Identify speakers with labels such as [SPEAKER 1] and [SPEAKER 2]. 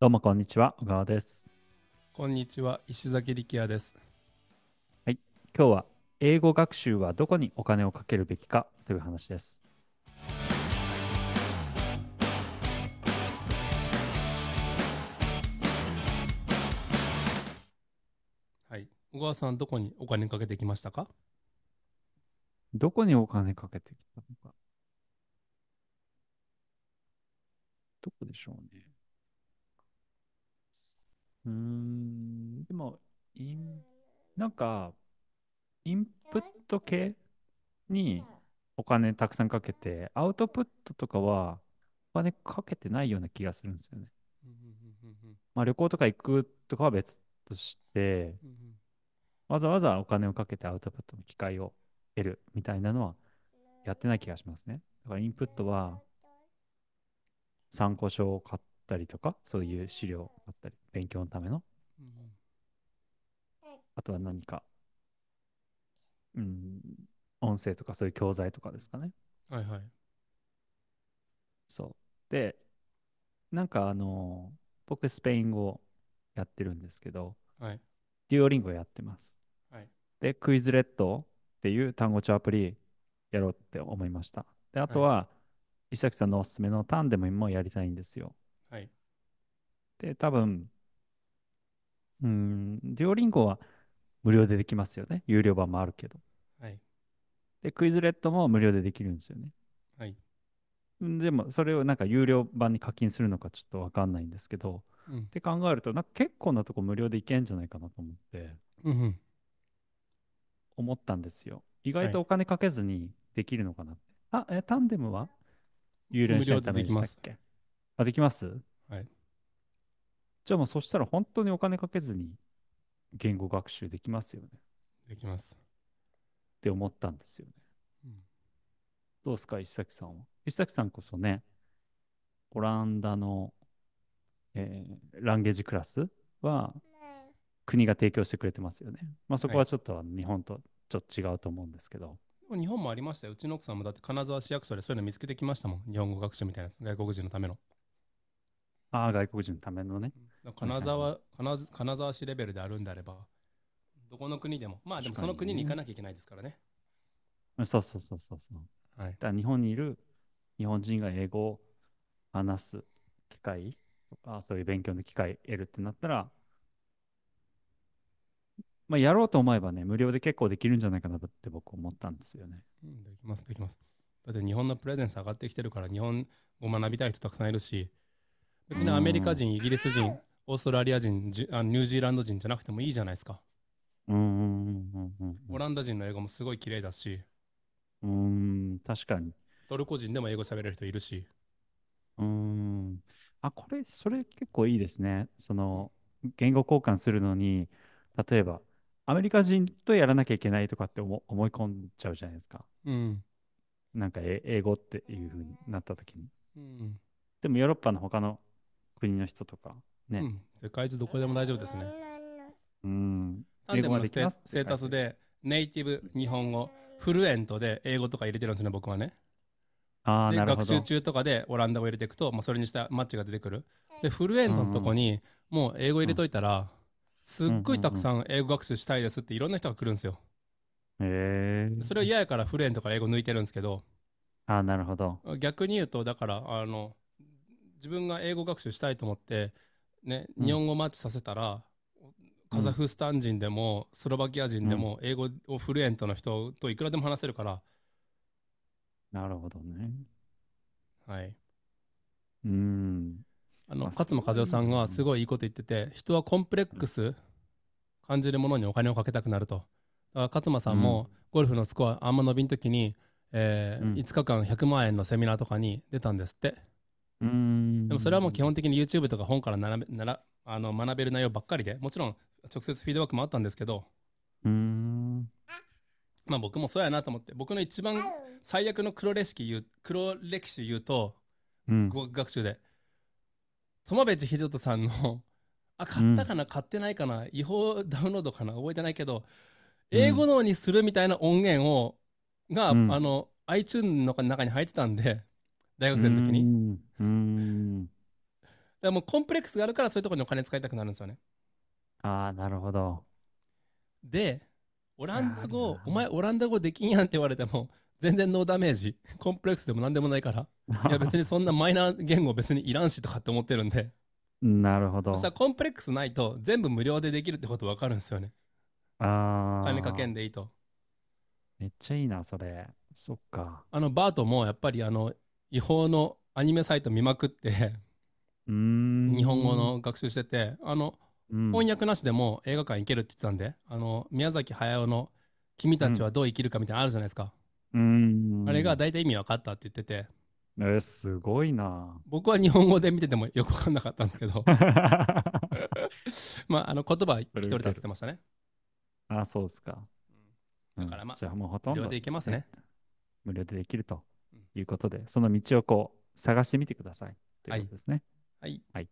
[SPEAKER 1] どうもこんにちは、小川です。
[SPEAKER 2] こんにちは石崎力也です。
[SPEAKER 1] 今日は英語学習はどこにお金をかけるべきかという話です。
[SPEAKER 2] はい。小川さんどこにお金かけてきましたか？
[SPEAKER 1] どこにお金かけてきたのか。どこでしょうね。うーん、でも、インなんか、インプット系にお金たくさんかけて、アウトプットとかはお金かけてないような気がするんですよね。まあ、旅行とか行くとかは別として、わざわざお金をかけてアウトプットの機会を得るみたいなのはやってない気がしますね。だからインプットは参考書を買ったりとか、そういう資料を買ったり、勉強のための、あとは何か、うん、音声とかそういう教材とかですかね。
[SPEAKER 2] はいはい。
[SPEAKER 1] そう。で、なんかあの、僕スペイン語やってるんですけど、
[SPEAKER 2] はい
[SPEAKER 1] デュオリンゴやってます。
[SPEAKER 2] はい
[SPEAKER 1] で、クイズレッドっていう単語帳アプリやろうって思いました。で、あとは、石崎さんのおすすめのタンデムもやりたいんですよ。
[SPEAKER 2] はい
[SPEAKER 1] で、多分、うーん、デュオリンゴは無料でできますよね。有料版もあるけど。
[SPEAKER 2] はい
[SPEAKER 1] で、クイズレッドも無料でできるんですよね。
[SPEAKER 2] はい。
[SPEAKER 1] んでも、それをなんか有料版に課金するのかちょっとわかんないんですけど、
[SPEAKER 2] うん
[SPEAKER 1] って考えると、なんか結構なとこ無料でいけんじゃないかなと思って。
[SPEAKER 2] うんうん
[SPEAKER 1] 思ったんですよ。意
[SPEAKER 2] は
[SPEAKER 1] 外
[SPEAKER 2] い
[SPEAKER 1] とお金かけずにできるのかなって。あ、え、タンデムは有料に
[SPEAKER 2] 無
[SPEAKER 1] しな
[SPEAKER 2] 料
[SPEAKER 1] いた
[SPEAKER 2] で
[SPEAKER 1] めに
[SPEAKER 2] でき
[SPEAKER 1] した
[SPEAKER 2] ま
[SPEAKER 1] っ
[SPEAKER 2] す。
[SPEAKER 1] けあ、できます
[SPEAKER 2] はい
[SPEAKER 1] じゃあもうそしたら本当にお金かけずに言語学習できますよねっ
[SPEAKER 2] できます。
[SPEAKER 1] て思ったんですよね。
[SPEAKER 2] うん
[SPEAKER 1] どうですか、石崎さんは。石崎さんこそね、オランダの、えーランゲージクラスは国が提供してくれてますよね。まあそこ
[SPEAKER 2] は
[SPEAKER 1] はいちょっとあの日本とちょっと違うと思うんですけど。
[SPEAKER 2] でも日本もありましたよ。うちの奥さんもだって金沢市役所でそういうの見つけてきましたもん。日本語学習みたいなやつ外国人のための。
[SPEAKER 1] ああ、外国人のためのね。
[SPEAKER 2] だから金沢金沢金沢市レベルであるんであれば、どこの国でもまあでもその国に行かなきゃいけないですからね。
[SPEAKER 1] うんそうそうそうそうそう。
[SPEAKER 2] はい
[SPEAKER 1] だから日本にいる日本人が英語を話す機会とか、そういう勉強の機会得るってなったら、まあ、やろうと思えばね、無料で結構できるんじゃないかなって僕思ったんですよね。
[SPEAKER 2] うんできますできますだって日本のプレゼンス上がってきてるから日本を学びたい人たくさんいるし別にアメリカ人イギリス人オーストラリア人じあニュージーランド人じゃなくてもいいじゃないですか
[SPEAKER 1] うんうんうんうん
[SPEAKER 2] オランダ人の英語もすごい綺麗だし
[SPEAKER 1] うん。うん、確かに。
[SPEAKER 2] トルコ人でも英語喋れる人いるし
[SPEAKER 1] うん。あ、これ、それ結構いいですね。その、言語交換するのに、例えば、アメリカ人とやらなきゃいけないとかって思、思い込んじゃうじゃないですか。
[SPEAKER 2] うん、
[SPEAKER 1] なんかえ英語っていう風になった時に。
[SPEAKER 2] うん
[SPEAKER 1] でもヨーロッパの他の国の人とか、ね
[SPEAKER 2] うん、世界中どこでも大丈夫ですね
[SPEAKER 1] うん、
[SPEAKER 2] タンデム
[SPEAKER 1] 英語が
[SPEAKER 2] のステ
[SPEAKER 1] できますって書いて
[SPEAKER 2] ステータスでネイティブ日本語フルエントで英語とか入れてるんですね僕はね
[SPEAKER 1] ああ、
[SPEAKER 2] で
[SPEAKER 1] なるほ
[SPEAKER 2] 学習
[SPEAKER 1] ど。
[SPEAKER 2] 中とかでオランダ語入れていくと、まあ、それにしたマッチが出てくるでフルエントのとこにもう英語入れといたら、すっごいたくさん英語学習したいですっていろんな人が来るんですよ
[SPEAKER 1] へえ。
[SPEAKER 2] それを嫌やからフルエントから英語抜いてるんですけど
[SPEAKER 1] ああ、なるほど。
[SPEAKER 2] 逆に言うとだからあの自分が英語学習したいと思って、ね、
[SPEAKER 1] うん
[SPEAKER 2] 日本語マッチさせたら、カザフスタン人でもスロバキア人でも英語をフルエントの人といくらでも話せるから、
[SPEAKER 1] なるほどね。
[SPEAKER 2] はい、
[SPEAKER 1] うん。
[SPEAKER 2] あの
[SPEAKER 1] あ
[SPEAKER 2] 勝間和代さんがすごいいいこと言ってて人はコンプレックス感じるものにお金をかけたくなるとだから勝間さんもゴルフのスコアあんま伸びん時に、えー
[SPEAKER 1] うん
[SPEAKER 2] 5日間100万円のセミナーとかに出たんですって
[SPEAKER 1] うん。
[SPEAKER 2] でもそれはもう基本的に YouTube とか本から学べならあの学べる内容ばっかりでもちろん直接フィードバックもあったんですけど
[SPEAKER 1] うん。
[SPEAKER 2] まあ僕もそうやなと思って僕の一番最悪の黒歴史言う黒歴史言うと
[SPEAKER 1] うん。
[SPEAKER 2] 語学学習で友部秀人さんのあ買ったかな、買ってないかな違法ダウンロードかな覚えてないけど
[SPEAKER 1] うん
[SPEAKER 2] 英語のにするみたいな音源をが、
[SPEAKER 1] うん
[SPEAKER 2] あの iTunes の中に入ってたんで大学生の時に
[SPEAKER 1] うん。うん。
[SPEAKER 2] らもうコンプレックスがあるからそういうところにお金使いたくなるんですよね。
[SPEAKER 1] ああ、なるほど。
[SPEAKER 2] で、オランダ
[SPEAKER 1] いやー
[SPEAKER 2] 語
[SPEAKER 1] ある、な
[SPEAKER 2] お前オランダ語できんやんって言われても、全然ノーダメージ、コンプレックスでもなんでもないから、いや別にそんなマイナー言語別にいらんしとかって思ってるんで、
[SPEAKER 1] なるほど。
[SPEAKER 2] そしたらコンプレックスないと全部無料でできるってこと分かるんですよね。
[SPEAKER 1] ああ、
[SPEAKER 2] 金かけんでいいと。
[SPEAKER 1] めっちゃいいな、それ。そっか。
[SPEAKER 2] あのバートもやっぱりあの違法のアニメサイト見まくって、
[SPEAKER 1] うーん。
[SPEAKER 2] 日本語の学習してて、あの
[SPEAKER 1] うん、
[SPEAKER 2] 翻訳なしでも映画館行けるって言ってたんで、あの宮崎駿の「君たちはどう生きるか」みたいなのあるじゃないですか、
[SPEAKER 1] うーん。
[SPEAKER 2] あれが大体意味分かったって言ってて
[SPEAKER 1] えすごいな。
[SPEAKER 2] 僕は日本語で見ててもよく分かんなかったんですけどまああの言葉一人で言ってましたね
[SPEAKER 1] あ、そうですか。
[SPEAKER 2] だからま
[SPEAKER 1] う
[SPEAKER 2] あ
[SPEAKER 1] んじゃあもうほと
[SPEAKER 2] 無
[SPEAKER 1] ん
[SPEAKER 2] 料
[SPEAKER 1] ど
[SPEAKER 2] で行けますね
[SPEAKER 1] 無料でできると
[SPEAKER 2] うん
[SPEAKER 1] いうことで、その道をこう探してみてくださいということですね。
[SPEAKER 2] はい
[SPEAKER 1] はい